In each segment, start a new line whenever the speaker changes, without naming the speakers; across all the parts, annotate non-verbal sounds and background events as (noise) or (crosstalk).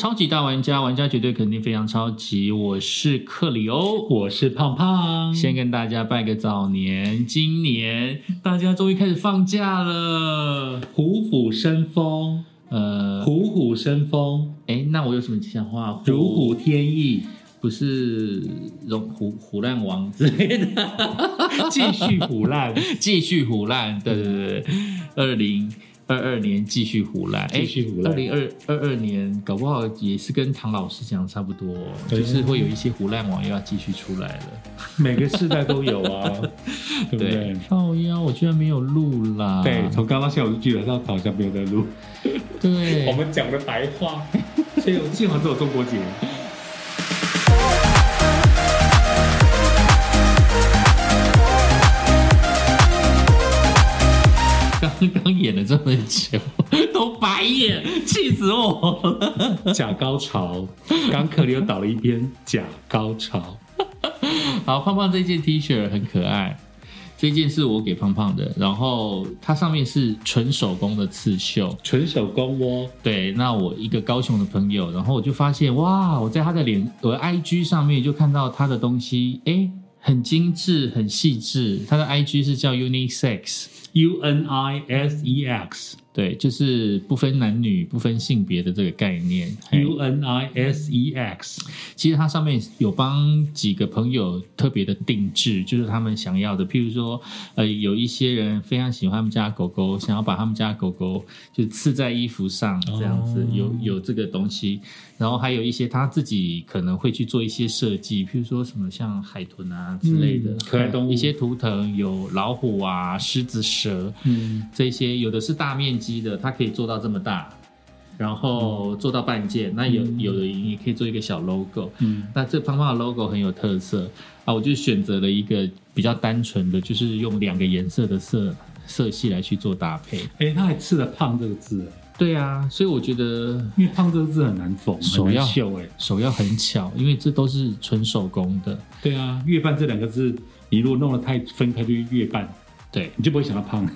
超级大玩家，玩家绝对肯定非常超级。我是克里欧，
我是胖胖，
先跟大家拜个早年，今
(laughs)
年大家终于开始放假了。
虎虎生风，
呃，
虎虎生风，
哎，那我有什么吉祥话？
如虎添翼，
不是容虎虎烂王之类
(laughs)
的，
继续虎烂，
继续虎烂。对对对对，二零。二二年继续胡烂，
继续胡乱
二零二二二年搞不好也是跟唐老师讲的差不多，
对
就是会有一些胡烂网又要继续出来了。
每个世代都有
(laughs)
啊，对不对？
靠腰，我居然没有录啦！
对，从刚到现在我就觉得他好像没有在录，
对，
我们讲的白话，所以幸好只有中国节。
(laughs) 刚 (laughs) 刚演了这么久，都白眼，气死我了！ (laughs)
假高潮，刚克里又倒了一篇假高潮，
好，胖胖这件 T 恤很可爱，这件是我给胖胖的，然后它上面是纯手工的刺绣。
纯手工哦，
对，那我一个高雄的朋友，然后我就发现哇，我在他的脸，我的 IG 上面就看到他的东西，哎，很精致，很细致。他的 IG 是叫 Unisex，
U N I S E X
对，就是不分男女、不分性别的这个概念。嘿
U N I S E X，
其实它上面有帮几个朋友特别的定制，就是他们想要的。譬如说，呃，有一些人非常喜欢他们家的狗狗，想要把他们家的狗狗就刺在衣服上，这样子、
哦
有有这个东西。然后还有一些他自己可能会去做一些设计，譬如说什么像海豚啊之类的、
嗯可爱动物
一些图腾有老虎啊、狮子、蛇，
嗯，
这些有的是大面积的，它可以做到这么大，然后做到半件。那有
嗯
有的也可以做一个小 logo。
嗯，
那这胖胖的 logo 很有特色啊，我就选择了一个比较单纯的，就是用两个颜色的色色系来去做搭配。
哎、他还刺了“胖”这个字，
对啊，所以我觉得
因为“胖”这个字很难缝，
手
很
要
难绣，哎，
手要很巧，因为这都是纯手工的。
对啊，月半这两个字，你如果弄得太分开，就是月半，
对，
你就不会想到胖。 (laughs)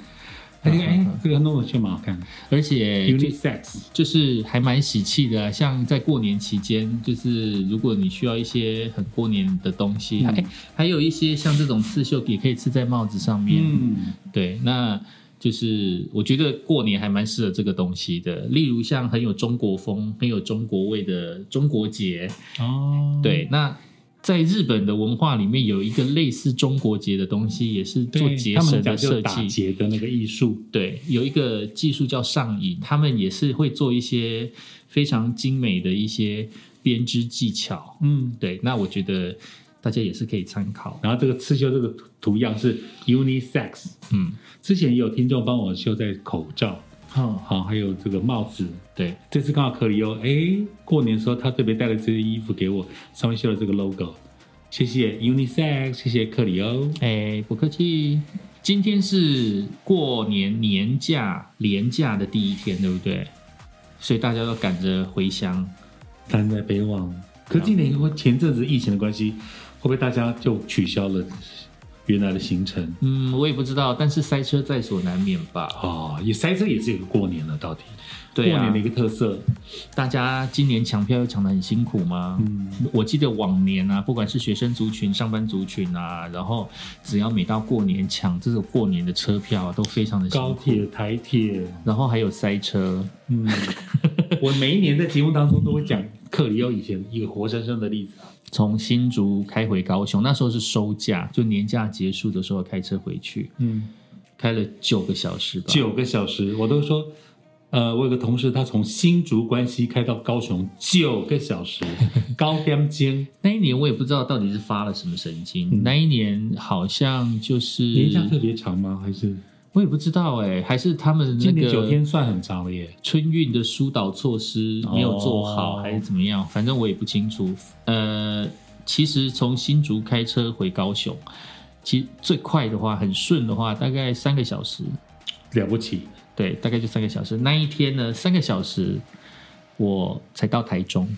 哎、哎、 (laughs) 这个弄得就蛮好看
而且就
，unisex，
就是还蛮喜气的啊、像在过年期间，就是如果你需要一些很过年的东西，
嗯
还还有一些像这种刺绣也可以刺在帽子上面。
嗯，
对，那就是我觉得过年还蛮适合这个东西的。例如像很有中国风、很有中国味的中国节，
哦，
对，那。在日本的文化里面，有一个类似中国节的东西，也是做
对，
结
他们
绳
讲
的
究
设
打
计。
结的那个艺术，
对，有一个技术叫上瘾，他们也是会做一些非常精美的一些编织技巧。
嗯，
对，那我觉得大家也是可以参考。
然后这个刺绣这个图图样是 unisex。
嗯，
之前也有听众帮我绣在口罩，
好，
好，还有这个帽子。
对，
这次刚好克里欧，哎，过年的时候他特别带了这件衣服给我，上面绣了这个 logo。谢谢 unisex，谢谢克里哦欧。
哎，不客气。今天是过年年假连假的第一天，对不对？所以大家都赶着回乡。
站在北望，可是今年因为前阵子疫情的关系，会不会大家就取消了原来的行程？
嗯，我也不知道，但是塞车在所难免吧。
哦，也塞车也是一个过年了，到底、
对
过
啊
年的，一个特色。
大家今年抢票又抢得很辛苦吗？
嗯，
我记得往年啊，不管是学生族群、上班族群啊，然后只要每到过年抢这种过年的车票、啊，都非常的辛
高
苦，
铁、台铁，
然后还有塞车。
嗯，
(laughs)
我每一年在节目当中都会讲克里欧以前一个活生生的例子啊，
从新竹开回高雄，那时候是收假，就年假结束的时候开车回去，
嗯，
开了九个小时吧。
九个小时，我都说，呃，我有个同事他从新竹关西开到高雄九个
(laughs)
小时，高点间，
那一年我也不知道到底是发了什么神经，
嗯
那一年好像就是
年假特别长吗？还是
我也不知道哎、还是他们那
今年
个
九天算很长了耶？
春运的疏导措施没有做好，
哦
还是怎么样？反正我也不清楚。呃，其实从新竹开车回高雄，其实最快的话，很顺的话，大概三个小时。
了不起，
对，大概就三个小时。那一天呢，三个小时我才到台中，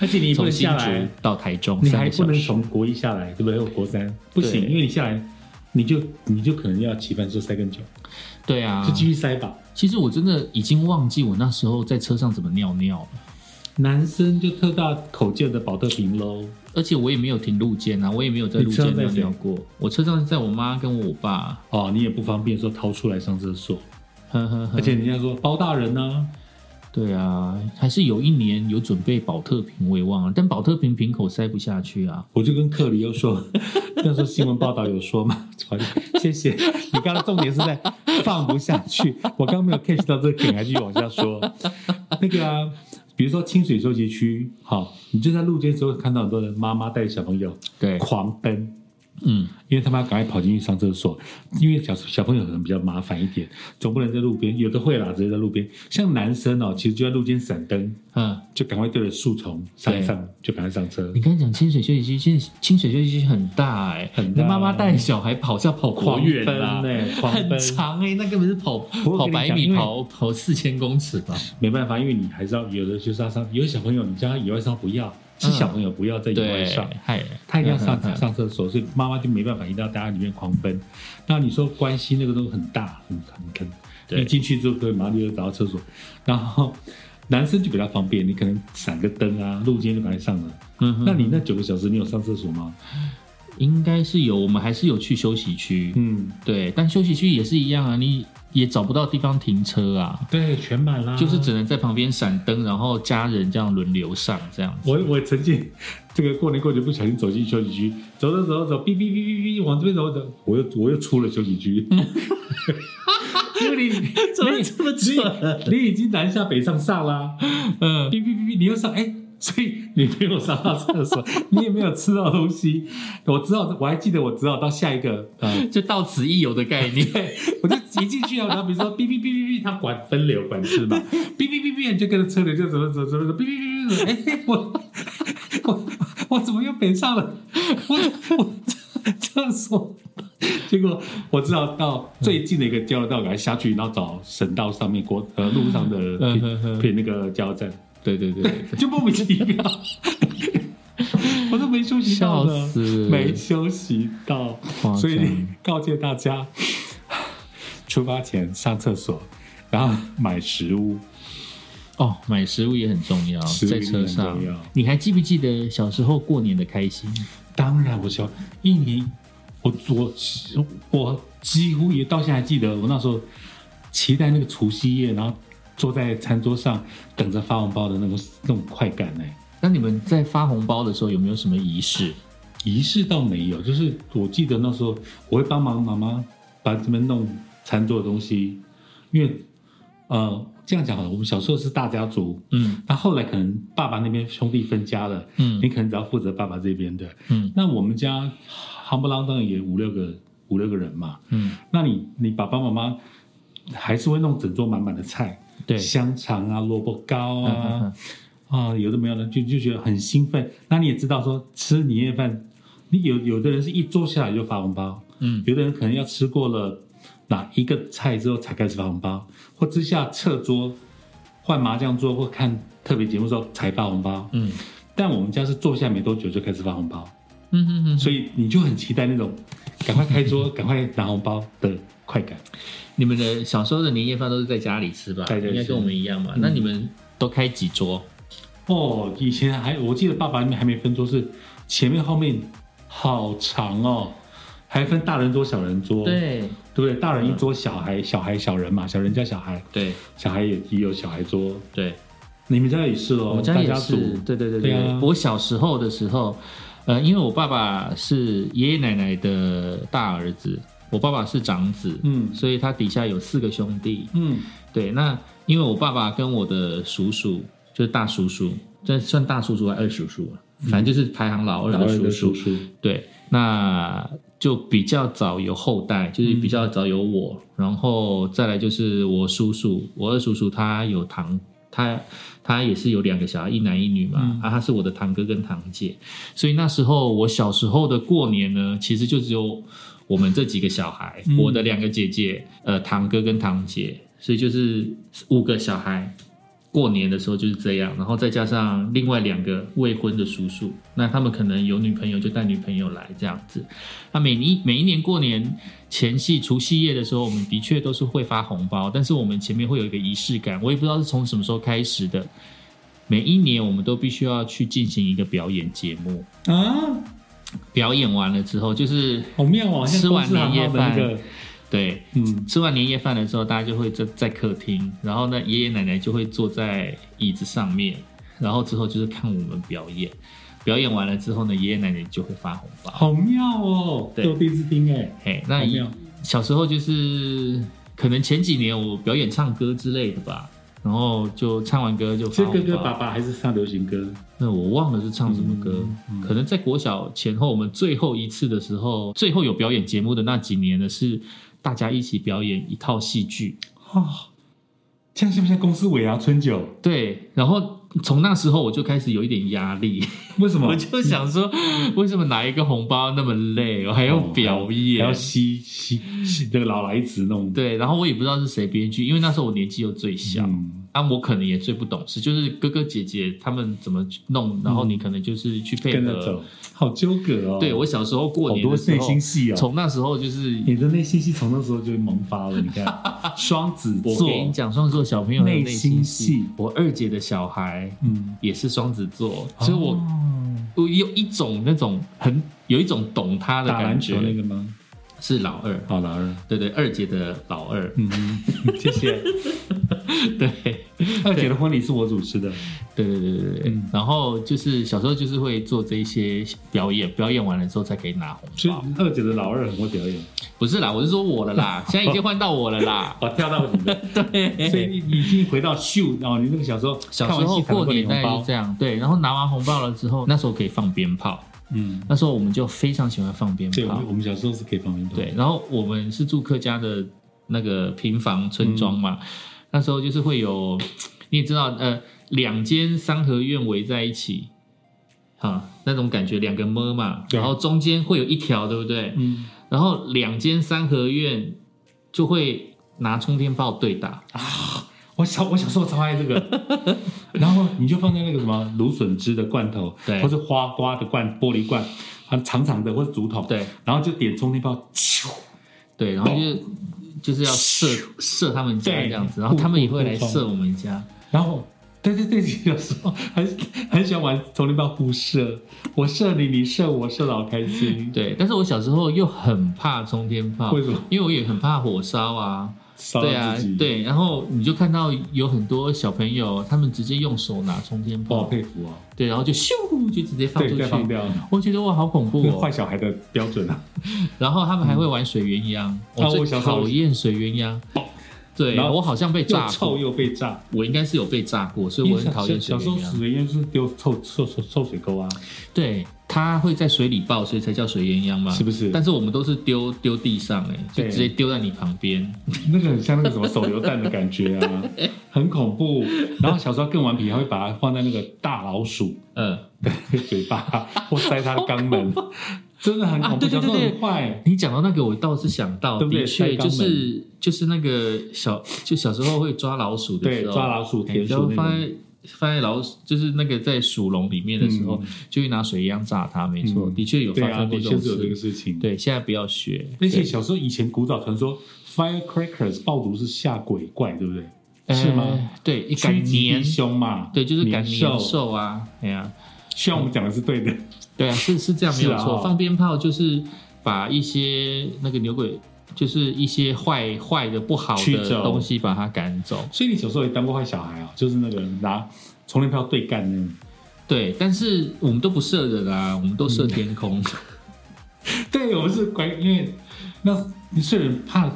而且你不
从
能
新
下
竹
来，
到台中，
你
三
还
个
不
小
能
时。
从国一下来，对不对？或国三不
对
行，因为你下来你就你就可能要起饭的时候塞更久，
对啊
就，继续塞吧。
其实我真的已经忘记我那时候在车上怎么尿尿了，
男生就特大口径的保特瓶喽，
而且我也没有停路肩啊，我也没有在
你
路
车
肩
在
尿
谁
尿过。我车上是在我妈跟我爸，
哦，你也不方便说掏出来上厕所，
嗯呵呵呵。
而且人家说包大人呢、
对啊，还是有一年有准备保特瓶，我也忘了，但保特瓶瓶口塞不下去啊。
我就跟克里又说， (laughs) 那时候新闻报道有说嘛，好谢谢。你刚刚重点是在放不下去，我刚刚没有 catch 到这个梗，还继续往下说。那个啊，比如说清水收集区，好，你就在路街之后看到很多人妈妈带着小朋友
对，
狂奔，
嗯，
因为他们要赶快跑进去上厕所，因为小小朋友可能比较麻烦一点，总不能在路边，有的会啦，直接在路边。像男生哦，其实就在路边闪灯，
嗯，
就赶快对着树丛上一上，就赶快上车
你。刚才讲清水休息区，清清水休息区很大哎、
很
那
大
妈妈带小孩跑是要跑多
狂奔
远啊？
欸狂
很
奔
长哎、那根本是跑
过
跑
我跟你
百
讲
米，
因为
跑跑四千公尺吧？
没办法，因为你还是要有的就是要上，有的小朋友你叫他野外上不要，是小朋友不要在野外
对
上，，
嗨，
他一定要上、
嗯嗯嗯
上厕所，所以妈妈就没办法，一定要带他里面狂奔。那你说关系那个都很大，很很
对
很，一进去之后可以马上就找到厕所，然后。男生就比较方便，你可能闪个灯啊，路肩就赶快上了。
嗯哼
那你那九个小时你有上厕所吗？
应该是有，我们还是有去休息区，
嗯，
对，但休息区也是一样啊，你也找不到地方停车啊，
对，全满啦。
就是只能在旁边闪灯，然后家人这样轮流上这样子。
我我曾经这个过年过节不小心走进休息区，走走走走，哔哔哔哔哔，往这边走走，我又我又出了休息区。因为你
怎么这么蠢？
你已经南下北上上啦、
嗯
哔，哔哔哔，你又上哎。所以你没有上到厕所，你也没有吃到东西。我只好，我还记得，我只好到下一个，呃，
就到此一游的概念。 (laughs)
(laughs) 我就一进去啊，然后比如说哔哔哔哔哔，他管分流管吃
(laughs)
嘛，哔哔哔哔，你就跟着车流就走走走走走，哔哔哔哔，哎、我 (laughs) 我我怎么又北上了？ (laughs) 我我厕所，结果我只好到最近的一个交流道给它下去，然后找省道上面国呃路上的
嗯哼哼
配那个加油站，
对对对对，
(laughs) 就莫名其妙， (laughs) 我都没休息到
笑
呢，
死，
没休息到，
夸张
所以告诫大家， (laughs) 出发前上厕所，然后买食物，
哦，买食物也很重要，
食物
在
一定
车
很
上
重要。
你还记不记得小时候过年的开心？
当然，我小一年，我我我几乎也到现在还记得，我那时候期待那个除夕夜，然后坐在餐桌上等着发红包的那种那种快感呢、
那你们在发红包的时候有没有什么仪式？
仪式倒没有，就是我记得那时候我会帮忙妈妈把这边弄餐桌的东西，因为呃这样讲好了，我们小时候是大家族，
嗯
那后来可能爸爸那边兄弟分家了，
嗯
你可能只要负责爸爸这边的，
嗯
那我们家夯不啷当也五六个五六个人嘛，
嗯，
那你你爸爸妈妈还是会弄整桌满满的菜，
对，
香肠啊、萝卜糕
嗯嗯嗯
啊，啊有的没有的，就就觉得很兴奋。那你也知道说吃年夜饭，你有有的人是一桌下来就发红包，
嗯
有的人可能要吃过了哪一个菜之后才开始发红包，或之下撤桌换麻将桌或看特别节目的时候才发红包。
嗯
但我们家是坐下没多久就开始发红包，
嗯嗯嗯，
所以你就很期待那种赶快开桌、赶快拿红包的快感。
你们的小时候的年夜饭都是在家里吃吧？
在家里吃嗯
应该跟我们一样嘛。那你们都开几桌？
哦，以前还我记得爸爸那边还没分桌，是前面后面好长哦，还分大人桌、小人桌，
对
对不对？大人一桌，小孩小孩小人嘛，小人加小孩，
对
小孩也也有小孩桌。
对，
你们家也是哦，
我们家也
大
是
族，
对对对
对啊
我小时候的时候，呃，因为我爸爸是爷爷奶奶的大儿子，我爸爸是长子，
嗯
所以他底下有四个兄弟。
嗯，
对，那因为我爸爸跟我的叔叔，就是大叔叔，这算大叔叔还是二叔叔啊？反正就是排行老二
嗯老
的
二
叔
的
叔
叔。叔，
对，那就比较早有后代，就是比较早有我，然后再来就是我叔叔，我二叔叔他有堂，他他也是有两个小孩，一男一女嘛，
嗯
啊，他是我的堂哥跟堂姐，所以那时候我小时候的过年呢，其实就只有我们这几个小孩，
嗯
我的两个姐姐，呃，堂哥跟堂姐，所以就是五个小孩。过年的时候就是这样，然后再加上另外两个未婚的叔叔，那他们可能有女朋友就带女朋友来这样子。那每一每一年过年前夕除夕夜的时候，我们的确都是会发红包，但是我们前面会有一个仪式感，我也不知道是从什么时候开始的。每一年我们都必须要去进行一个表演节目，
啊，
表演完了之后就是
好妙哦，像
吃完
公司行
年夜
号的那
饭
个，
对，
嗯，
吃完年夜饭的时候，大家就会在在客厅，然后呢，爷爷奶奶就会坐在椅子上面，然后之后就是看我们表演。表演完了之后呢，爷爷奶奶就会发红包。
好妙哦，
对
这我第一次听哎，
嘿，
好
那一
妙，
小时候就是可能前几年我表演唱歌之类的吧，然后就唱完歌就发
是
红包。
哥哥爸爸还是唱流行歌？
那我忘了是唱什么歌，
嗯嗯
可能在国小前后，我们最后一次的时候，最后有表演节目的那几年呢，是大家一起表演一套戏剧。
哦，这样像不像公司尾牙春酒？
对，然后从那时候我就开始有一点压力，
为什么
我就想说，为什么拿一个红包那么累，我还要表
哦还
演？
要吸吸吸那个老来子那种？
嗯对，然后我也不知道是谁编剧，因为那时候我年纪又最小，
嗯，
啊，我可能也最不懂事，就是哥哥姐姐他们怎么弄，然后你可能就是去配
跟着
合
走。，好纠葛哦。
呃对我小时候过
好
年的
多
时候
内心戏哦。
从那时候就是，
你的内心戏从那时候就萌发了，
(laughs)
你看，双子
我
座，
跟你讲，双子座小朋友的
内
内心
心
戏
戏，
我二姐的小孩
嗯，
也是双子座，所以我
哦
我有一种那种很有一种懂他的
打篮
感
球
觉，
那个吗？
是老二，
好，老二，
对对，二姐的老二，
(laughs) 嗯，
(laughs)
谢谢。
对对
二姐的婚礼是我主持的，
对对对对。
嗯
然后就是小时候就是会做这一些表演，表演完了之后才可以拿红
所以
包。
二姐的老二很会表演，
不是啦，我是说我的
(laughs)
啦，现在已经换到我了啦。
哦，跳到你的，
(laughs) 对，
所以你你已经回到秀，然后你那个 (laughs) 小时候
小
看
时
完
候
戏才能
过
够领
年代
红
是
包，
这样，对。然后拿完红包了之后，那时候可以放鞭炮，
嗯，
那时候我们就非常喜欢放鞭
对，我
炮
们。我们小时候是可以放鞭炮，
对，然后我们是住客家的那个平房
嗯
村庄嘛，那时候就是会有，你也知道，呃，两间三合院围在一起，啊，那种感觉，两个么嘛，
对
然后中间会有一条，对不对？
嗯
然后两间三合院就会拿冲天炮对打，
啊，我小我小时候超爱这个，然后你就放在那个什么芦笋汁的罐头，
对
或是花瓜的罐玻璃罐，很长长的或是竹筒，，
对
然后就点冲天炮，咻，
对，然后就是就是要射射他们家
哦对
这样子，然后他们也会来射我们家，
然后。对对对，有时候很很喜欢玩冲天炮互射，我射你，你射我，射的好开心。
对。但是我小时候又很怕冲天炮
为，什么
因为我也很怕火烧啊。
烧
对
到
啊
自己？，，
对，然后你就看到有很多小朋友，他们直接用手拿冲天
我好
炮，
佩服哦。
对，然后就咻就直接放
对，
出
再放
去。
掉，
我觉得哇，好恐怖
这是 (laughs) 坏
哦！
小孩的标准啊。
然后他们还会玩水鸳鸯，
啊
最
我小时候
讨厌水鸳鸯。对，
然后
我好像被
又
炸
臭
过，
又被炸，
我应该是有被炸过，所以我很讨厌水
小小时
鸳
候
鸯。啊
水鸳鸯就是丢臭臭臭臭水沟啊，
对，它会在水里爆，所以才叫水鸳鸯嘛。
是不是？
但是我们都是丢丢地上，哎，就
对
直接丢在你旁边。
那个很像那个什么手榴弹的感
(laughs)
觉啊，很恐怖。然后小时候更顽皮，还会把它放在那个大老鼠 (laughs)
嗯，
的嘴巴，或塞它的肛
(laughs)
门，真的很恐
啊
怖。
对对
小时候
对
很坏，
你讲到那个，我倒是想到，
对不对
的确
塞肛
就
门
是就是那个小，就小时候会抓老鼠的
对，
时候，哎
抓老鼠、田
然后
鼠
放
那种。
在放在老鼠，就是那个在鼠笼里面的时候，
嗯
就会拿水一样炸它。没错，
嗯
的确有
对
发
啊，
生过
的
这
确
种
是有这个
事。
事情。
对，现在不要学。
而且
对
小时候以前古早传说，firecrackers 爆竹是吓鬼怪，对不对？是
呃
吗？
对，一
趋
赶
吉
年
避，凶嘛，
对，就是赶
年
年。兽啊，哎呀，
希望我们讲的是对的，
对啊，是是这样没
是
有
啊
错。
哦
放鞭炮就是把一些那个牛鬼，就是一些坏坏的、不好
驱
的
走
东西，把它赶走。
所以你小时候也当过坏小孩啊，就是那个拿充电票对干那种。
对，但是我们都不射人啊，我们都射天
(laughs)
空。
对，我们是乖，因为那你睡人怕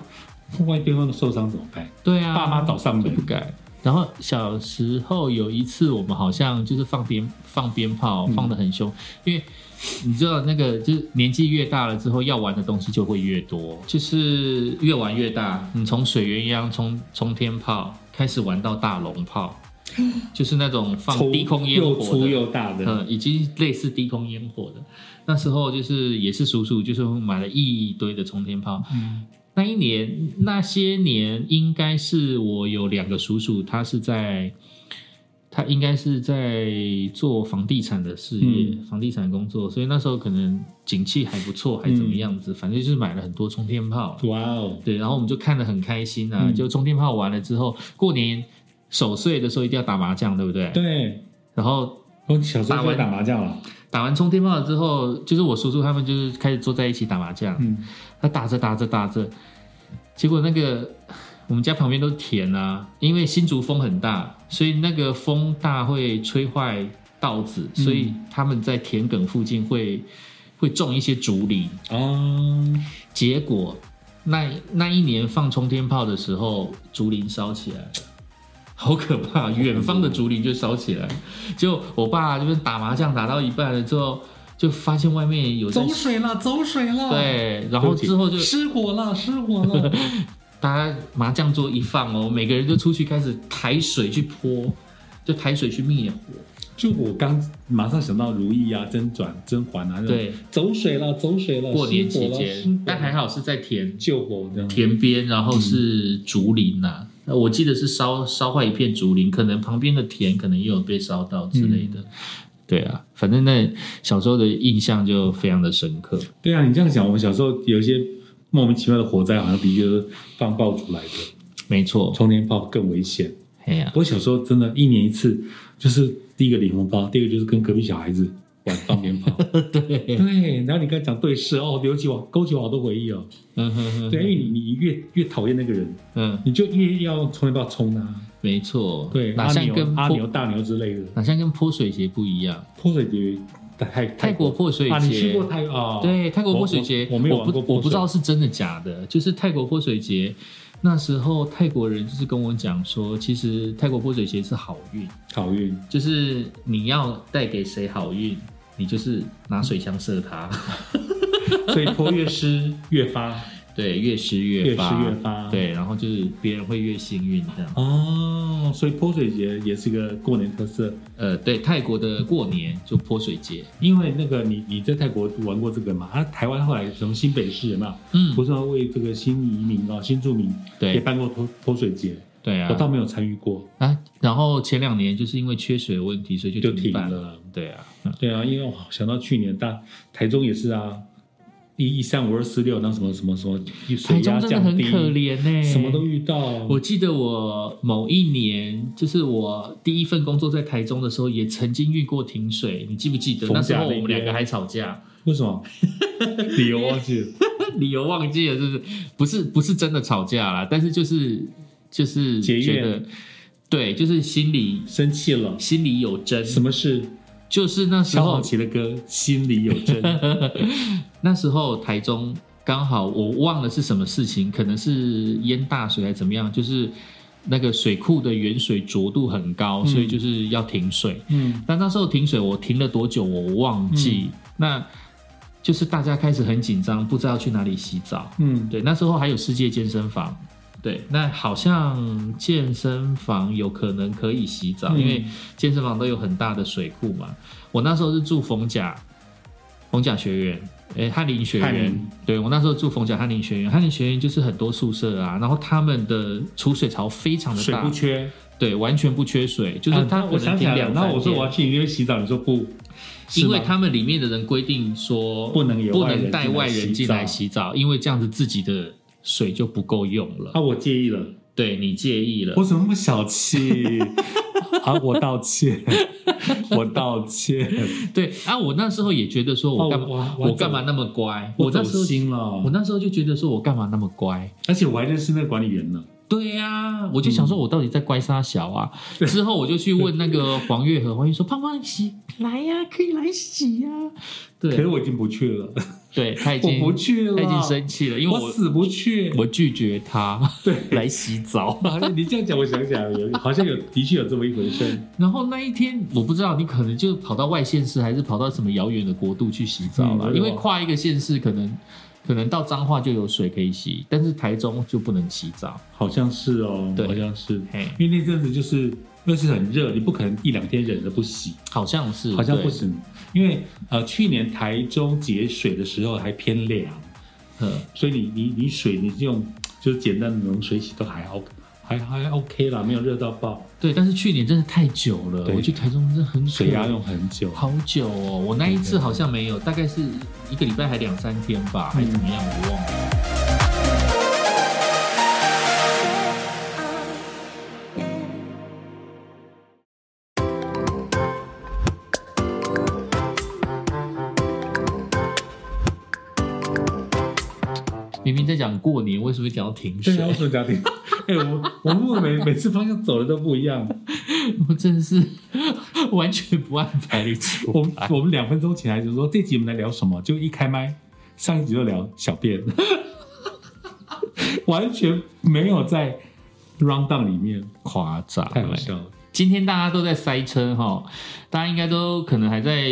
万一对方受伤怎么办？
对啊，
爸妈找上
就
门
不，敢。然后小时候有一次，我们好像就是放鞭放鞭炮，
嗯
放的很凶，因为你知道那个就是年纪越大了之后，要玩的东西就会越多，就是越玩越大。
嗯
你从水鸳鸯、冲冲天炮开始玩到大龙
(laughs)
炮，就是那种放
抽
低空烟火
又
的
粗又大的，
嗯，已经类似低空烟火的。那时候就是也是叔叔，就是买了一堆的冲天炮。
嗯
那一年那些年，应该是我有两个叔叔，他是在他应该是在做房地产的事业，
嗯
房地产工作，所以那时候可能景气还不错，还怎么样子，反正就是买了很多冲天炮。
哇哦，
对，然后我们就看得很开心啊！
嗯
就冲天炮完了之后，过年守岁的时候一定要打麻将，对不对？
对，
然后
我小时候就打麻将了，
打完冲天炮了之后，就是我叔叔他们就是开始坐在一起打麻将，
嗯，
他打着打着打着，结果那个我们家旁边都是田啊，因为新竹风很大，所以那个风大会吹坏稻子，
嗯
所以他们在田埂附近会会种一些竹林。
哦，
结果那那一年放冲天炮的时候，竹林烧起来了。 (laughs) 好可怕！远方的竹林就烧起来，就我爸就是打麻将打到一半了之后，就发现外面有在
走水了，走水了，，
对，然后之后就
失火了，失火
(laughs)
了，
大家麻将桌一放哦，每个人就出去开始抬水去泼，就抬水去灭火。
就我刚马上想到如意啊、甄转、甄嬛啊，，
对，
走水了，走水了，
过年
哦失火
期
了失
间
火，
但还好是在田
救火这样，
田边，然后是竹林呐、啊那我记得是烧烧坏一片竹林，可能旁边的田可能也有被烧到之类的。对啊，反正那小时候的印象就非常的深刻。
对啊，你这样想，我们小时候有一些莫名其妙的火灾，好像的确是放爆竹来的，
没错，
冲天炮更危险。
哎呀、
不过小时候真的，一年一次，就是第一个领红包，第二个就是跟隔壁小孩子
(laughs)
玩放鞭炮。
对，
对，然后你刚才讲对视哦，留起我勾起我好多回忆哦。
嗯哼哼，
对，因为你你越越讨厌那个人，
嗯，
你就越要用冲天炮冲他。
没错，
对，
哪
阿
像
牛
跟
阿牛
泼
大牛之类的，
哪像跟泼水节不一样？
泼水节泰
泰国泼水节，
啊，你去过泰哦？
对，泰国泼水节，
我我没有玩
不
过泼水
我不知道是真的假的。就是泰国泼水节，那时候泰国人就是跟我讲说，其实泰国泼水节是好运，
好运，
就是你要带给谁好运，你就是拿水枪射他，
(laughs) 所以泼越湿越发，
对，越湿
越
(laughs) 越
湿
发，
越发。
对，然后就是别人会越幸运这样。
哦，所以泼水节也是个过年特色。
呃，对，泰国的过年就泼水节，
因为那个你你在泰国玩过这个嘛？啊，台湾后来从新北市嘛，
嗯
不，是要为这个新移民啊、新住民也
对
办过泼泼水节，
对
我倒
啊，
没有参与过，
啊，然后前两年就是因为缺水的问题，所以
就
就
停
停办了。
了。
对啊，嗯
对啊，因为我想到去年大台中也是啊，一一三五二四六，那什么什么什么水
台
压
中真的
降
很
低，
可怜呢、
什么都遇到。
我记得我某一年，就是我第一份工作在台中的时候，也曾经遇过停水，你记不记得？
逢
那时
甲
候
那
我们两个
边
还吵架，
为
(laughs)
什么？啊理由忘记了，
理由忘记了，是不是？不是不是真的吵架啦，但是就是就是
结
觉
怨
得，对，就是心里
生气了。
心里有针，
什么事？
就是那时
萧
候
煌奇的歌《心里有
(laughs)
针》
那时候台中刚好我忘了是什么事情，可能是淹大水还是怎么样，就是那个水库的原水浊度很高，
嗯
所以就是要停水。
嗯，
但那时候停水，我停了多久我忘记。那就是大家开始很紧张，不知道去哪里洗澡。
嗯
对，那时候还有世界健身房。对，那好像健身房有可能可以洗澡，
嗯
啊因为健身房都有很大的水库嘛。我那时候是住逢甲，逢甲学院，诶、翰林学
翰
院
林。
对我那时候住逢甲翰林学院，翰林学院就是很多宿舍啊，然后他们的储水槽非常的
嗯水
大
不，缺，
对，完全不缺水，就是
啊
它
我
可
想
能
起
停
来
两
了，
三天。
然后我说我要去你那边洗澡，你说不，是
因为
吗
他们里面的人规定说
不能有
不
外人
能带
进来
外人
洗
进来
澡
洗澡，因为这样子自己的水就不够用了。
啊，我介意了，
对你介意了
我，怎么那么小
(laughs)
气？啊，我道歉，我道歉，
对啊，我那时候也觉得说我
哦
干嘛、
我我
我干嘛那么乖，
我
我
走
那时候
心
我
了，
那时候就觉得说我干嘛那么乖。
而且我还认识那个管理员呢。
对呀、我就想
嗯
说，我到底在乖啥小啊？之后我就去问那个黄月和，黄月说：“胖胖洗来呀、可以来洗呀、
(laughs) 可是
对，
我已经不去了，
对他已
我
经
不去了，
他已经生气了，因为
我
我
死不去。
我拒绝他
对，
来洗澡。 (laughs)
你这样讲，我想起来了，有好像有的确有这么一回事。
然后那一天，我不知道你可能就跑到外县市，还是跑到什么遥远的国度去洗澡了，
嗯
因为跨一个县市，可能可能到彰化就有水可以洗，但是台中就不能洗澡。
好像是哦，
对
好像是，
嘿，
因为那阵子就是那是很热，你不可能一两天忍着不洗，
好像是，
好像
对
不，行，因为呃去年台中节水的时候还偏凉，
嗯
所以你你你水你用就是简单的冷水洗都还好，还还 OK 啦，没有热到爆。
对，但是去年真的太久了，
对
我去台中真的很久
水压用很久，
好久哦，我那一次好像没有，大概是一个礼拜还两三天吧，还
嗯
是怎么样，我忘了。明明在讲过年，为什么会讲到停水
对啊，？为什么家庭？ (laughs) 哎、我我们每每次方向走的都不一样。
(laughs) 我真的是 (laughs) 完全不按牌理出
(laughs) 我们
牌。
我们两分钟前还就说这集我们来聊什么，就一开麦，上一集就聊小便， (laughs) 完全没有在 round down 里面，
夸张
太好笑了。
今天大家都在塞车哈，大家应该都可能还在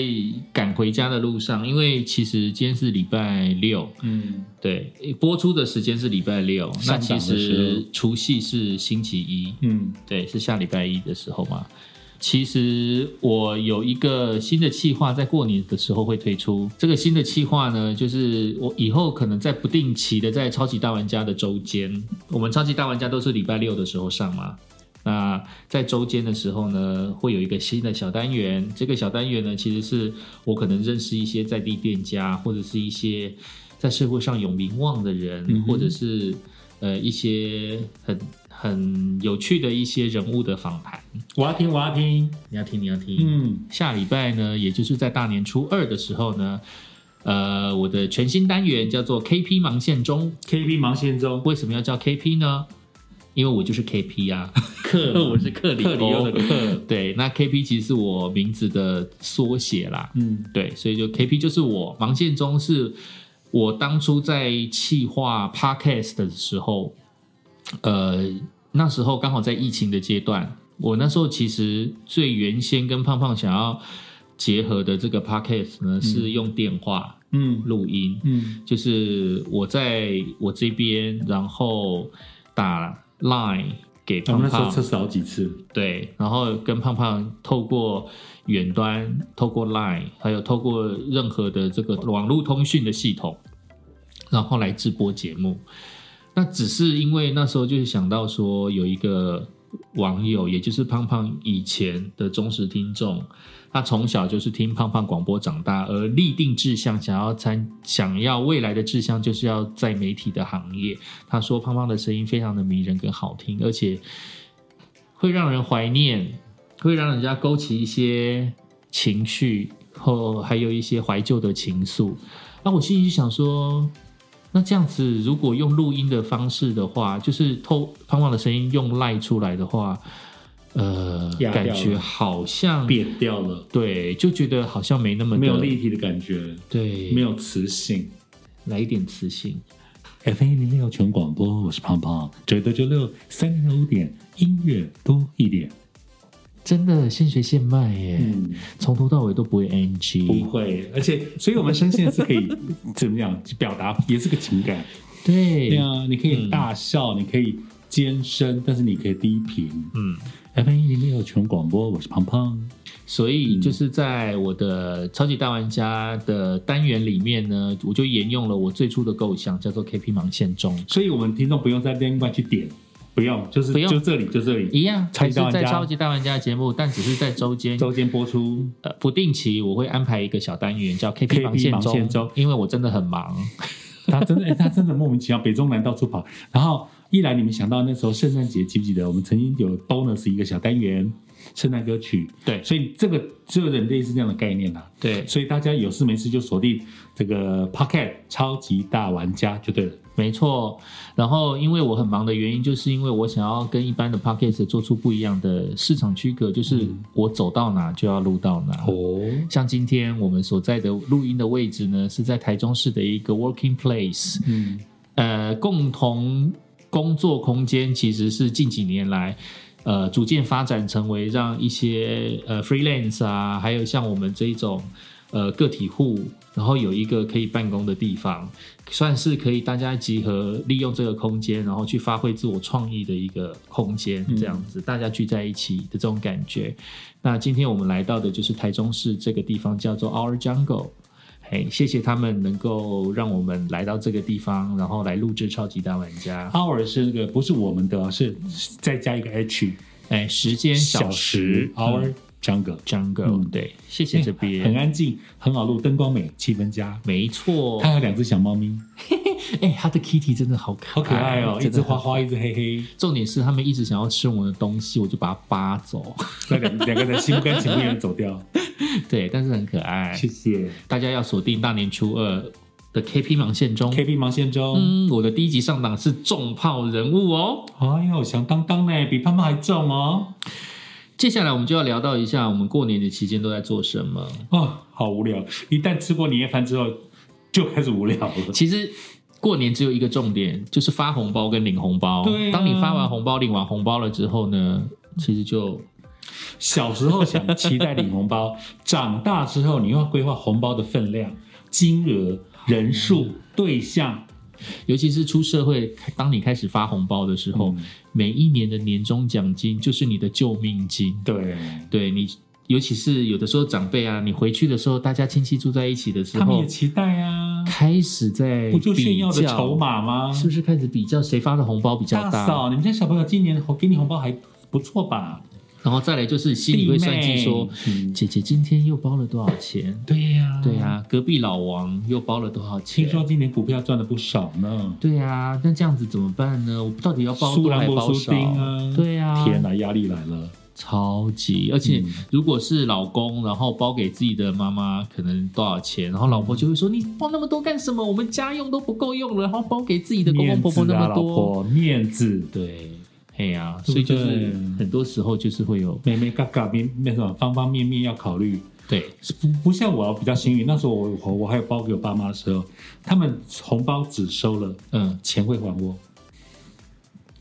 赶回家的路上，因为其实今天是礼拜六，
嗯，
对，播出的时间是礼拜六，那
上档
其
的时候
实除夕是星期一，
嗯，
对，是下礼拜一的时候嘛。其实我有一个新的计划，在过年的时候会推出。这个新的计划呢，就是我以后可能在不定期的在超级大玩家的周间，我们超级大玩家都是礼拜六的时候上嘛。那在周间的时候呢，会有一个新的小单元。这个小单元呢，其实是我可能认识一些在地店家，或者是一些在社会上有名望的人，
嗯哼
或者是呃一些很很有趣的一些人物的访谈。
我要听，我要听，
你要听，你要听。
嗯，
下礼拜呢，也就是在大年初二的时候呢，呃，我的全新单元叫做 KP 盲线中。
KB 盲线中，
为什么要叫 KP 呢？因为我就是 KP 啊，克，我是克里
克里
欧
欧的克，
对，那 KP 其实是我名字的缩写啦。
嗯
对，所以就 KP 就是我，盲线中是我当初在企划 Podcast 的时候，呃，那时候刚好在疫情的阶段，我那时候其实最原先跟胖胖想要结合的这个 Podcast 呢，是用电话
嗯
录音，
嗯
就是我在我这边，然后打 Line 给
我
胖
们哦那时
胖
候，测试好几次，
对，然后跟胖胖透过远端、透过 Line，还有透过任何的这个网络通讯的系统，然后来直播节目。那只是因为那时候就是想到说有一个网友，也就是胖胖以前的忠实听众，他从小就是听胖胖广播长大，而立定志向想要参想要未来的志向就是要在媒体的行业。他说胖胖的声音非常的迷人跟好听，而且会让人怀念，会让人家勾起一些情绪，后还有一些怀旧的情愫。那我心里就想说，那这样子如果用录音的方式的话，就是透胖胖的声音用赖出来的话，呃，
压掉了
感觉好像
扁掉了，
对，就觉得好像没那么的
没有立体的感觉，
对，
没有磁性。
来一点磁性。
FM 零六全广播，我是胖胖，九九九六三零五点，音乐多一点。
真的现学现卖耶，
嗯，
从头到尾都不会
不
NG。
会，而且，所以我们声线是可以怎么样表达，也是个情感。
对，
对啊，你可以大笑，你可以尖声，但是你可以低频。
嗯，
FM 一零六全广播，我是胖胖。
所以就是在我的超级大玩家的单元里面呢，我就沿用了我最初的构想，叫做 KP 盲线中，
所以我们听众不用在另外去点，不用，就是
不用
就这里，就这里。
一样
超
还
级
是
大玩家
在超级大玩家的节目，但只是在周间。
(laughs) 周间播出，
呃，不定期我会安排一个小单元叫 KP
KP
盲线
盲线中
因为我真的很忙。
他真的，哎 (laughs) 他真的莫名其妙，北中南到处跑。然后一来，你们想到那时候圣诞节记不记得，我们曾经有 bonus 一个小单元，圣诞歌曲。
对
所以这个就有点类似这样的概念啦、啊
对，
所以大家有事没事就锁定这个 Pocket 超级大玩家就对了。
没错，然后因为我很忙的原因，就是因为我想要跟一般的 podcast 做出不一样的市场区隔，就是我走到哪就要录到哪。
哦，
像今天我们所在的录音的位置呢，是在台中市的一个 working place，
嗯，
呃，共同工作空间其实是近几年来。呃，逐渐发展成为让一些呃 freelance 啊，还有像我们这一种呃个体户，然后有一个可以办公的地方，算是可以大家集合利用这个空间，然后去发挥自我创意的一个空间，
嗯
这样子、大家聚在一起的这种感觉。那今天我们来到的就是台中市这个地方，叫做 Our Jungle。嘿，谢谢他们能够让我们来到这个地方，然后来录制超级大玩家。
hour 是那个不是我们的哦，是再加一个 h
哎，时间小时
时嗯 hour jungle，
Jungle，、
嗯
对，谢谢这
很
边，
安静，很好录，灯光美，气氛佳。
没错
它。还有两只小猫咪，
哎、它的 Kitty 真的好可爱，
好可爱哦，一
哎真
只
的很
花。花，一只黑黑，
重点是他们一直想要吃我们的东西，我就把它扒走。
那
(laughs)
两两个人心不甘情不愿地走掉。
对，但是很可爱。
谢
大家要锁定大年初二的 KP 盲线中。
，KB 盲线中，
嗯，我的第一集上档是重炮人物哦。
哎呦，响当当呢，比胖胖还重哦。
接下来我们就要聊到一下我们过年的期间都在做什么。
哦，好无聊！一旦吃过年夜饭之后，就开始无聊了。
其实过年只有一个重点，就是发红包跟领红包。
对啊
当你发完红包、领完红包了之后呢，其实就
小时候想期待领红包， (laughs) 长大之后你又要规划红包的分量、金额、人数、
嗯
对象。
尤其是出社会，当你开始发红包的时候，
嗯
每一年的年终奖金就是你的救命金。
对，
对你，尤其是有的时候长辈啊，你回去的时候，大家亲戚住在一起的时
他们
候
也，期待啊，
开始在
不就炫耀的
比较
筹码吗？
是不是开始比较谁发的红包比较
大
大？
嫂，你们家小朋友今年红给你红包还不错吧？
然后再来就是心里会算计说
弟，妹，嗯
姐姐今天又包了多少钱？
对呀、
对啊，隔壁老王又包了多少钱？
听说今年股票赚了不少呢。
对啊，那这样子怎么办呢？我到底要包
苏
多
兰
还
博
包
苏
少？
丁啊
对啊，
天哪、压力来了。
超级！而且
嗯
如果是老公，然后包给自己的妈妈，可能多少钱？然后老婆就会说：“你包那么多干什么？我们家用都不够用了，然后包给自己的公公婆婆
面子
那
啊，
么多。
老婆，面子。
对，哎呀、
对不对
所以就是很多时候就是会有
妹妹嘎嘎面那什么方方面面要考虑，
对
不不像我比较幸运，那时候我我我还有包给我爸妈的时候，他们红包只收了
嗯，
钱会还我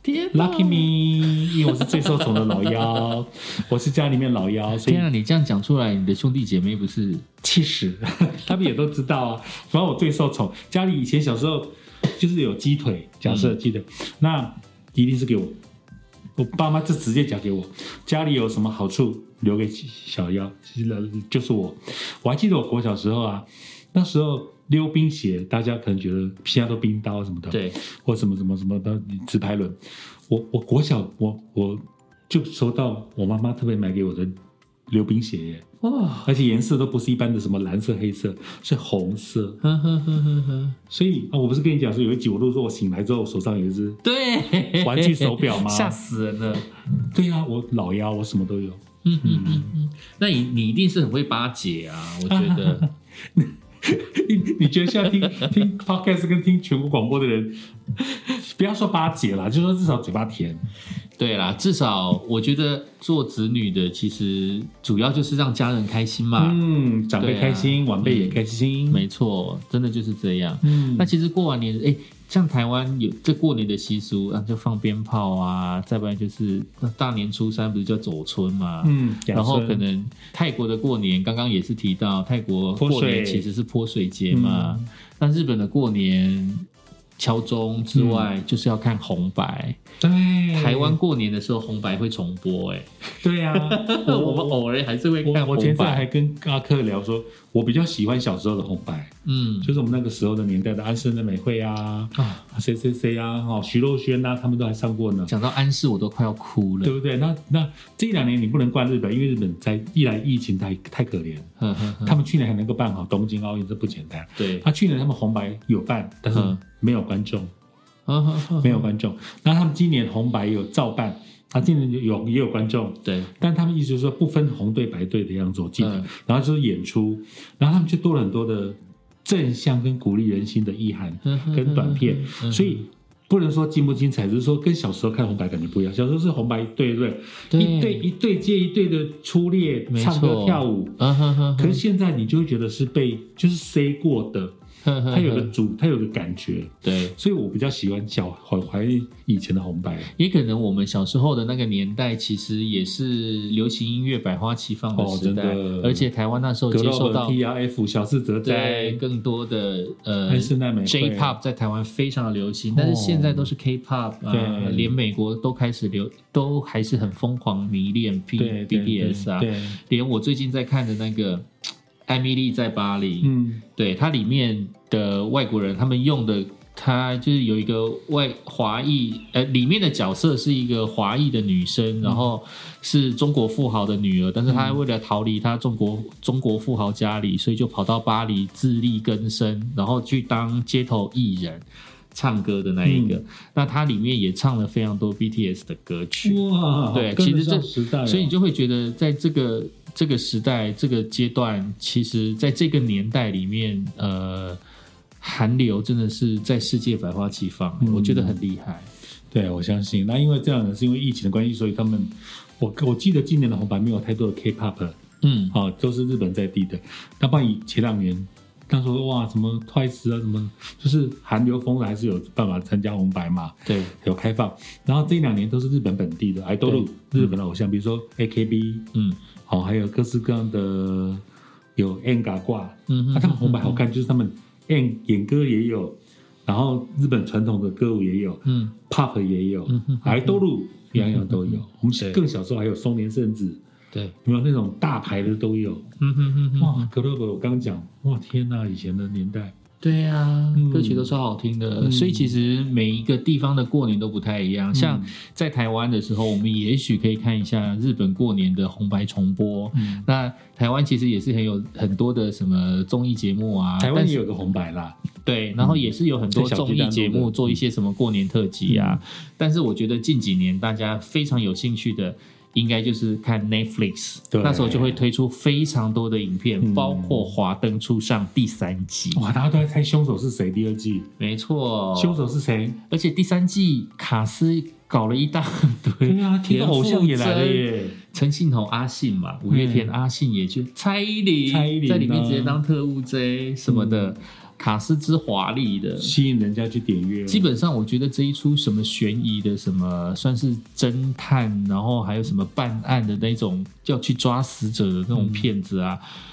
天哪
，lucky me，因为我是最受宠的老幺，我是家里面老幺，所以
天啊，你这样讲出来，你的兄弟姐妹不是
其实他们也都知道啊。反正我最受宠，家里以前小时候就是有鸡腿，假设鸡腿，那一定是给我，我爸妈就直接夹给我。家里有什么好处留给小妖，就是我。我还记得我国小时候啊，那时候溜冰鞋，大家可能觉得现在都冰刀什么的，，
对
或什么什么什么的直排轮。我我国小我我就收到我妈妈特别买给我的溜冰鞋耶。
哇？
而且颜色都不是一般的什么蓝色、黑色，是红色。
呵呵呵呵呵，
所以啊，我不是跟你讲说有一集我录说我醒来之后我手上有一只，
对，
玩具手表吗
(laughs) 吓死人了。
对啊，我老腰我什么都有。
嗯嗯嗯嗯，那你你一定是很会巴结啊，我觉
(laughs)
得。
你你觉得现在听听 podcast 跟听全国广播的人，不要说巴结啦，就说至少嘴巴甜。
对啦，至少我觉得做子女的，其实主要就是让家人开心嘛。
嗯，长辈开心，晚辈也开心。
啊嗯没错，真的就是这样。
嗯，
那其实过完年，哎，像台湾有这过年的习俗，啊，就放鞭炮啊，再不然就是那大年初三不是叫走春嘛。
嗯，
然后
养
可
生
能泰国的过年，刚刚也是提到泰国
泼
过年
水嗯
其实是泼水节嘛。那日本的过年敲钟之
嗯
外，就是要看红白。
对
台湾过年的时候红白会重播、哎，
对啊， (laughs) 我
我们偶尔还是会看
我我前
红
阵
白。
还跟阿克聊说，我比较喜欢小时候的红白。
嗯，
就是我们那个时候的年代的安室奈美惠啊，
啊，
谁谁谁啊，哦，徐若瑄啊，他们都还上过呢，
讲到安室，我都快要哭了
对。不对？那那这一两年你不能怪日本，因为日本在一来疫情太太可怜，
呵呵呵
他们去年还能够办好东京奥运，这不简单。
对，
他、去年他们红白有办，但是
嗯
没有观众，
呵呵呵
没有观众。那他们今年红白有照办，他、今年有也有观众，
对，
但他们意思就是说不分红队白队的样子，我记得。
嗯
然后就是演出，然后他们就多了很多的正向跟鼓励人心的意涵
嗯哼
跟短片
嗯哼，
所以。不能说精不精彩，只是说跟小时候看红白感觉不一样。小时候是红白对对
对
一对一对接一对的出列
没错
唱歌跳舞。
嗯哼哼
可
哼
是现在你就会觉得是被就是塞过的，
呵呵
它有个
呵
主，它有个感觉。
对。
所以我比较喜欢小怀怀念以前的红白。
也可能我们小时候的那个年代，其实也是流行音乐百花齐放的时代，
哦真的
而且台湾那时候
格
接
洛
受到
和 T R F 小四哲
对
哉，
更多的呃
安室奈美惠
J-pop 在台湾非常的流行，但是现在都是 K-pop 啊，
哦对
连美国都开始流，都还是很疯狂迷恋 P
对对对
BTS 啊，
对
连我最近在看的那个。艾米丽在巴黎》
嗯，
对它里面的外国人，他们用的，它就是有一个外华裔，呃，里面的角色是一个华裔的女生，然后是中国富豪的女儿，但是她为了逃离她中国中国富豪家里，所以就跑到巴黎自力更生，然后去当街头艺人。唱歌的那一个，那它里面也唱了非常多 BTS 的歌曲，
哇，
对
跟得
其实
上
这
时代哦，
所以你就会觉得，在这个这个时代、这个阶段，其实在这个年代里面，呃，韩流真的是在世界百花齐放、
嗯
我觉得很厉害。
对，我相信。那因为这样呢，是因为疫情的关系，所以他们，我我记得今年的红白没有太多的 K-pop，
嗯，
好、哦都是日本在地的。那不然以前两年，那时候哇，什么 Twice 啊，什么就是韩流风的，还是有办法参加红白嘛，
对，
有开放。然后这一两年都是日本本地的 idol，
对
日本的偶像，比如说 AKB，
嗯
好、哦还有各式各样的有 N 嘎挂，
嗯哼，
那、他们啊红白好看，就是他们 N 演歌也有，然后日本传统的歌舞也有，
嗯
pop 也有
嗯哼，
还都路样样都有
嗯。
我
对
们更小时候还有松田圣子，
对，
有没有那种大牌的都有？
嗯哼哼哼，
哇 g l o b 我刚讲，哇天呐，以前的年代，
对呀、
嗯
歌曲都超好听的、
嗯
所以其实每一个地方的过年都不太一样。像在台湾的时候，我们也许可以看一下日本过年的红白重播。
嗯，
那台湾其实也是很有很多的什么综艺节目啊，
台湾
但
也
是
有嗯个红白啦，
对，然后也是有很多综艺节目做一些什么过年特辑啊，
嗯
但是我觉得近几年大家非常有兴趣的。应该就是看 Netflix，
对
那时候就会推出非常多的影片，
嗯
包括《华灯初上》第三季，
哇，大家都在猜凶手是谁。第二季
没错，
凶手是谁？
而且第三季卡斯搞了一大堆，
对啊，天
田
哪偶像也
馥
来了
甄
耶，
陈信宏、阿信嘛，五月天、
嗯
阿信也去，蔡依林
蔡依林啊嗯
在里面直接当特务 J 什么的，卡斯之华丽的，
吸引人家去点阅。
基本上我觉得这一出什么悬疑的什么算是侦探，然后还有什么办案的那种要去抓死者的那种骗子啊。
嗯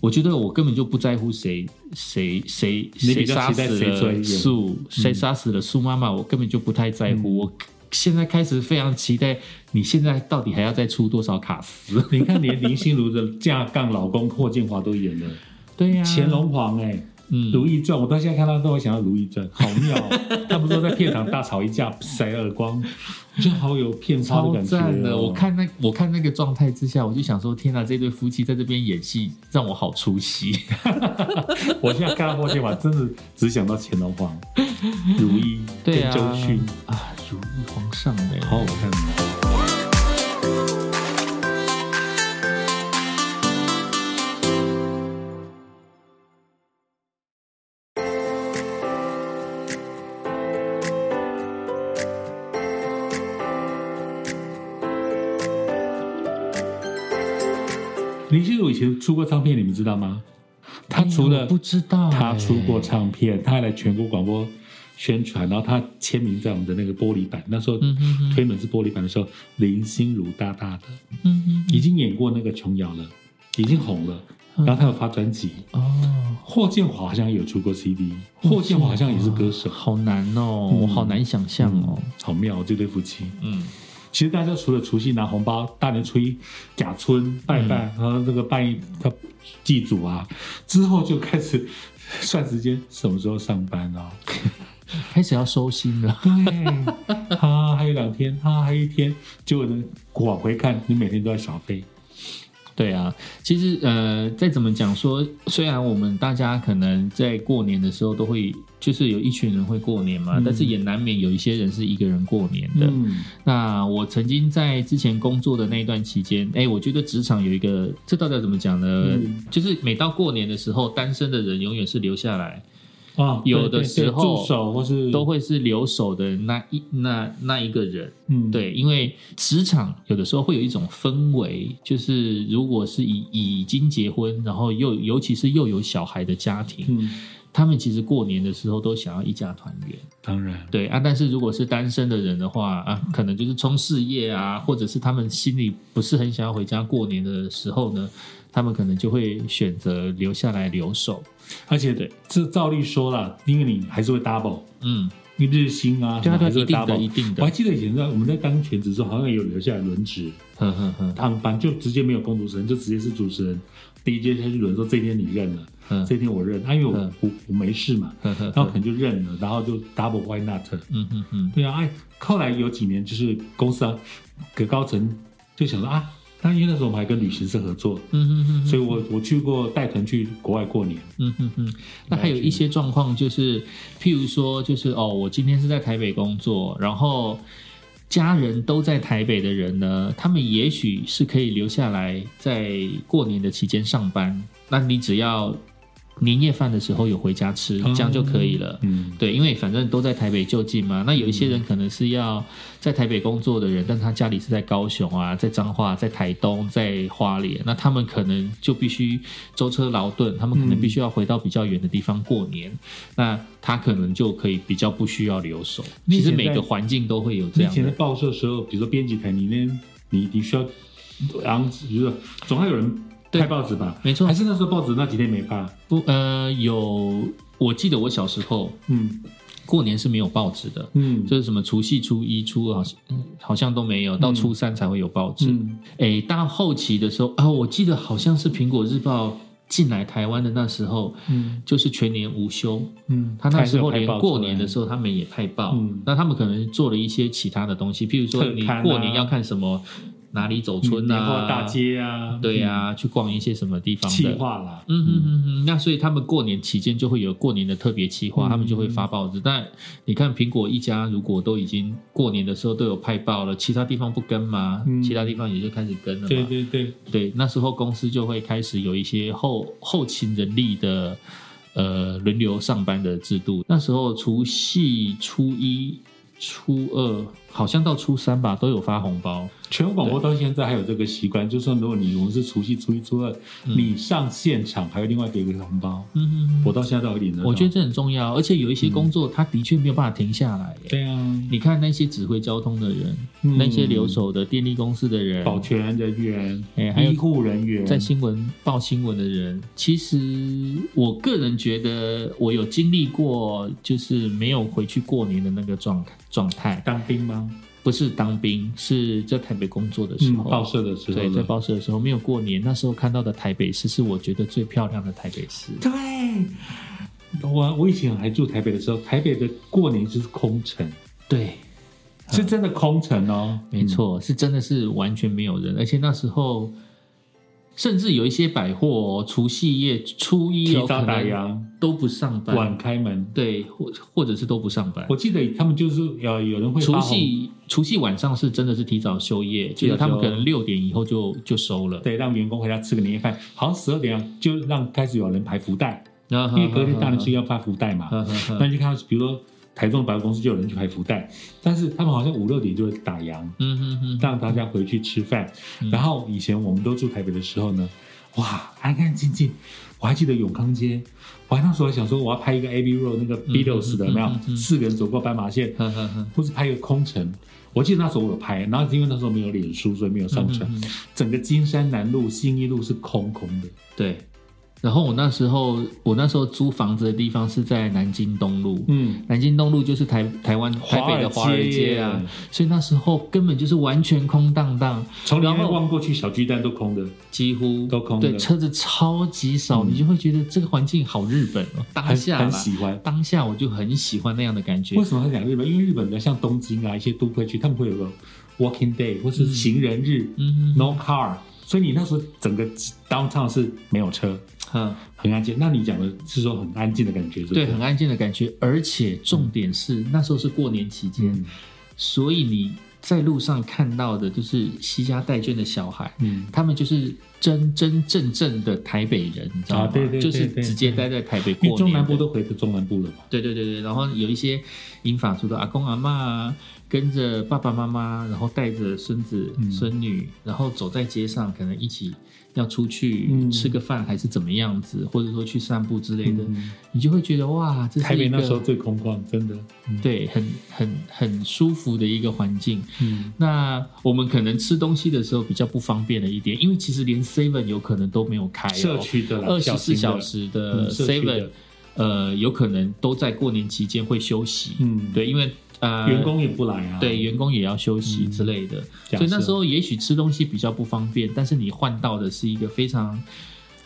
我觉得我根本就不在乎谁谁谁
你
谁
比较
杀
期待
死
谁专
了
业
树，
嗯
谁杀死了树妈妈，我根本就不太在乎。我现在开始非常期待，你现在到底还要再出多少卡斯？
(laughs) 你看，连林心如的架杠老公霍建华都演了，
对呀、
乾隆皇哎、
嗯
《如懿传》，我到现在看到都会想到《如懿传》，好
(laughs)
妙、哦！他们都在片场大吵一架，塞耳光，就好有片花的
超
感觉、
赞的！
哦。
我看那我看那个状态之下，我就想说：天哪，这对夫妻在这边演戏，让我好出 (laughs) 戏。
我现在看到霍建华，真的只想到乾隆皇、如懿跟
对啊，
周迅，
啊，如意皇上哎，
好好看哦。林心如以前出过唱片，你们知道吗？她除
哎
了
我不知道哎，
他出过唱片，他还来全国广播宣传，然后他签名在我们的那个玻璃板，那时候
嗯哼哼
推门是玻璃板的时候，林心如大大的
嗯嗯
已经演过那个琼瑶了，已经红了，
嗯
然后他有发专辑。
哦，
霍建华好像有出过 CD，霍建华好像也是歌手，
好难哦，
嗯
我好难想象哦，
好妙这对夫妻。
嗯
其实大家除了除夕拿红包，大年初一假村拜拜，
嗯
然后这个拜他祭祖啊，之后就开始 (laughs) 算时间，什么时候上班啊？
开始要收心了，
对，哈，还有两天，哈，还有一天，结果呢，往回看，你每天都在耍飞，
对啊，其实呃，再怎么讲说，虽然我们大家可能在过年的时候都会，就是有一群人会过年嘛，
嗯
但是也难免有一些人是一个人过年的，
嗯，
那我曾经在之前工作的那一段期间，哎、我觉得职场有一个，这到底要怎么讲呢？
嗯
就是每到过年的时候，单身的人永远是留下来，
啊，
有
对
的
对
时
对
候
助手或是
都，会是留守的那一那那一个人。
嗯，
对，因为职场有的时候会有一种氛围，就是如果是已已经结婚，然后又尤其是又有小孩的家庭，
嗯，
他们其实过年的时候都想要一家团圆。
当然，
对啊，但是如果是单身的人的话啊，可能就是冲事业啊，或者是他们心里不是很想要回家过年的时候呢，他们可能就会选择留下来留守。
而且
对
这照例说啦，因为你还是会 double，
嗯，
日薪啊，
对啊，对啊，
什
一
么
定
还是
的，
会
一
double
定
我
的，
还记得以前在我们在当全职的时候，好像有留下来轮值
呵呵呵，
当班，就直接没有工读生，就直接是主持人。第一天下去轮说这天你认了，
嗯
这天我认，啊，因为我
嗯
我我没事嘛，
呵呵
然后
呵
可，能就认了，然后就 double why not？
嗯嗯嗯，
对啊，哎，后来有几年就是公司啊，给高层就想说啊，当因为那时候我们还跟旅行社合作，
嗯嗯嗯，
所以我我去过带团去国外过年，
嗯哼哼，那还有一些状况就是，譬如说，就是哦，我今天是在台北工作，然后家人都在台北的人呢，他们也许是可以留下来在过年的期间上班，那你只要年夜饭的时候有回家吃，这样就可以了。
嗯，
对，因为反正都在台北就近嘛。那有一些人可能是要在台北工作的人，但他家里是在高雄啊，在彰化，在台东，在花莲，那他们可能就必须舟车劳顿，他们可能
嗯
必须要回到比较远的地方过年。那他可能就可以比较不需要留守。
你以
其
前
实每
在
个环境都会有这
以
样
前在
的。
报社的时候，比如说编辑台里面，你你需要，然后比如说总要有人
对
派报纸吧，
没错
还，是那时候报纸那几天没发，
不呃有，我记得我小时候
嗯
过年是没有报纸的。
嗯，
就是什么除夕、初一、初二，好像嗯好像都没有，到
嗯
初三才会有报纸。
嗯
诶，哎到后期的时候啊，我记得好像是《苹果日报》进来台湾的那时候，
嗯
就是全年无休。
嗯，
他那时候
还是
连
有派报
过年的时
候，
候，他们也派报。
嗯
那他们可能做了一些其他的东西，譬如说
特
你
刊啊
过年要看什么，哪里走
春
村啊，
大，街啊，
对啊，去逛一些什么地
嗯，
方
气
的。
化啦，
嗯嗯嗯嗯，那所以他们过年期间就会有过年的特别企划，
嗯
他们就会发报纸。但你看苹果一家如果都已经过年的时候都有派报了，其他地方不跟吗？
嗯
其他地方也就开始跟了嘛。
对对对，
对，那时候公司就会开始有一些后后勤人力的呃轮流上班的制度。那时候除夕、初一、初二，好像到初三吧，都有发红包。
全国广播到现在还有这个习惯，就算如果你我们是除夕、初一、初二，
嗯
你上现场还有另外给一个红包，
嗯，
我到现在都有领得到。
我觉得这很重要，而且有一些工作，他的确没有办法停下来耶。
嗯对啊，
你看那些指挥交通的人，
嗯
那些留守的电力公司的人，
保全人员、
哎还有
医护人员，
在新闻报新闻的人，其实我个人觉得，我有经历过，就是没有回去过年的那个状状态，
当兵吗？
不是当兵，是在台北工作的时
嗯，
候，
报社的时候
对，
了
在报社的时候没有过年，那时候看到的台北市是我觉得最漂亮的台北市。
对。我我以前还住台北的时候，台北的过年就是空城，
对，
是真的空城哦，
嗯没错，是真的是完全没有人，而且那时候。甚至有一些百货、哦，除夕夜、初
嗯。
一有、
提
哦、
早
可
打
能
烊，
都不上班
晚，开门。
对，或或者是都不上班。
我记得他们就是呃，有人会
除
发红
夕除夕晚上是真的是提早休业，就
提早
是他们
休
可能六点以后就就收了，
对，让员工回家吃个年夜饭，好像十二点啊就让开始有人排福袋，
然
因
后
为隔天大年初一要发福袋嘛。那就看到，比如说台中的百货公司就有人去排福袋，但是他们好像五六点就会打烊，
嗯哼哼，
让大家回去吃饭。
嗯
然后以前我们都住台北的时候呢，哇，安安静静。我还记得永康街，我还那时候还想说我要拍一个 AB Road 那个 Beatles 的，
嗯嗯
有没有
嗯嗯
四个人走过斑马线，
呵呵呵
或是拍一个空城。我记得那时候我有拍，然后因为那时候没有脸书，所以没有上传。
嗯哼哼
(laughs) 整个金山南路、信义路是空空的，
对。然后我那时候我那时候租房子的地方是在南京东路。
嗯，
南京东路就是台台湾台北的华尔街啊，所以那时候根本就是完全空荡荡，
从里面
然后
望过去，小巨蛋都空的，
几乎
都空的
对，车子超级少，
嗯
你就会觉得这个环境好日本哦。当
很
下
很
啦
喜欢。
当下我就很喜欢那样的感觉
为，什么他讲日本？因为日本的像东京啊，一些都会区，他们会有个 Walking Day 或是行人日、
嗯哼
n o Car，所以你那时候整个 downtown 是没有车，
哼，
很安静。那你讲的是说很安静的感觉，是不嗯
对，
是
很安静的感觉，而且重点是、那时候是过年期间，
嗯
所以你在路上看到的就是惜家带眷的小孩，
嗯，
他们就是真真正正的台北人，你知道吗？
啊对对对
就是
对
直接待在台北过
因
年的。
为中南部都回到中南部了嘛。
对对对对，然后有一些银发族的阿公阿嬷啊，跟着爸爸妈妈，然后带着孙子、
嗯
孙女，然后走在街上，可能一起要出去、
嗯
吃个饭，还是怎么样子，或者说去散步之类的，
嗯
你就会觉得哇，这是
台北
一个
那时候最空旷，真的。嗯，
对，很很很舒服的一个环境。
嗯，
那我们可能吃东西的时候比较不方便了一点，因为其实连 Seven 有可能都没有开、哦，
社区的啦，
二十
小
四
型的
小时的
嗯社区
Seven、
的
呃，有可能都在过年期间会休息，
嗯，
对，因为呃，
员工也不来啊，嗯
对，员工也要休息之类的，
假设，
所以那时候也许吃东西比较不方便，但是你换到的是一个非常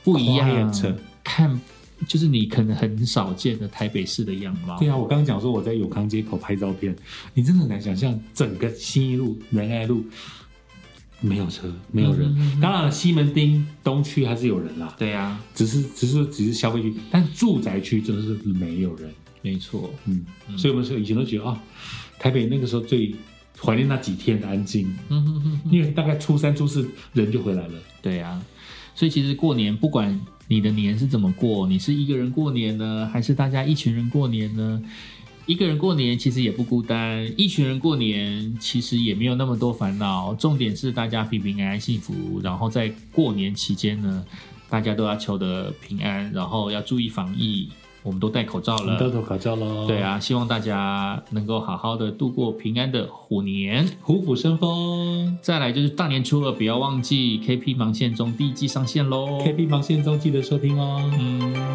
不一样
Quiet
看，就是你可能很少见的台北市的样貌
对。啊，我刚刚讲说我在永康街口拍照片，你真的很难想象整个新一路、仁爱路没有车，没有人。
嗯
当然了，西门町东区还是有人啦，
对啊，
只是只是只是消费区，但住宅区就是没有人。
没错，
嗯，
嗯
所以我们是以前都觉得啊、台北那个时候最怀念那几天的安静，
嗯哼哼哼
因为大概初三、初四人就回来了。
(laughs) 对啊，所以其实过年不管你的年是怎么过，你是一个人过年呢，还是大家一群人过年呢？一个人过年其实也不孤单，一群人过年其实也没有那么多烦恼。重点是大家平平安安、幸福，然后在过年期间呢，大家都要求得平安，然后要注意防疫。我们都戴口罩
我们到
了，
头考照喽。
对，啊，希望大家能够好好的度过平安的虎年。
虎虎生风
再来就是大年初二，不要忘记 KP 盲线中第一季上线喽。
，KP 盲线中记得收听哦。
嗯，